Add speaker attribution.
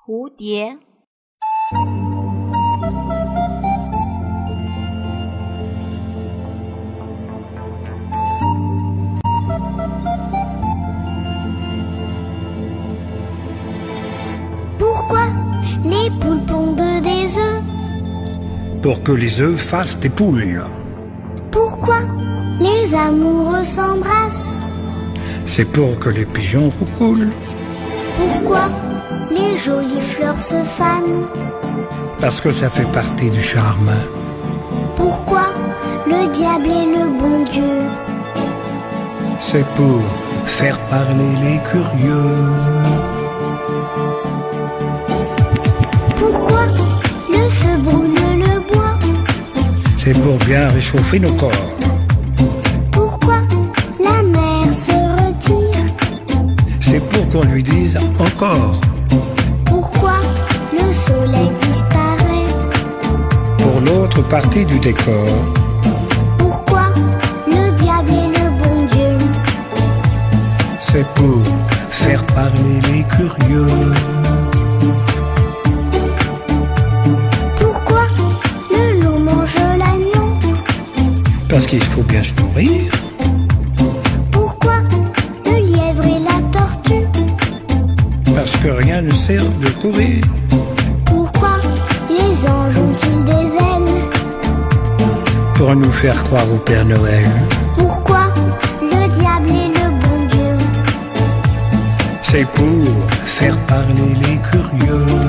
Speaker 1: 蝴蝶。
Speaker 2: Pourquoi les poules pondent des œufs
Speaker 3: pour que les œufs fassent des poules.
Speaker 2: Pourquoi les amoureux s'embrassent
Speaker 3: C'est pour que les pigeons roulent,
Speaker 2: Pourquoi les jolies fleurs se fanent
Speaker 3: parce que ça fait partie du charme.
Speaker 2: Pourquoi le diable est le bon Dieu
Speaker 3: C'est pour faire parler les curieux,
Speaker 2: Pourquoi le feu brûle le bois
Speaker 3: c'est pour bien réchauffer nos corps,
Speaker 2: Pourquoi la mer se retire
Speaker 3: c'est pour qu'on lui dise encore,
Speaker 2: Pourquoi le soleil disparaît
Speaker 3: pour l'autre partie du décor,
Speaker 2: Pourquoi le diable est le bon Dieu
Speaker 3: c'est pour faire parler les curieux,
Speaker 2: Pourquoi le loup mange l'agneau
Speaker 3: parce qu'il faut bien se nourrir,
Speaker 2: Pourquoi le lièvre et la tortue
Speaker 3: parce que rien ne sert de courir,
Speaker 2: Pourquoi les anges ont-ils des ailes
Speaker 3: pour nous faire croire au Père Noël,
Speaker 2: Pourquoi le diable est le bon Dieu
Speaker 3: c'est pour faire parler les curieux.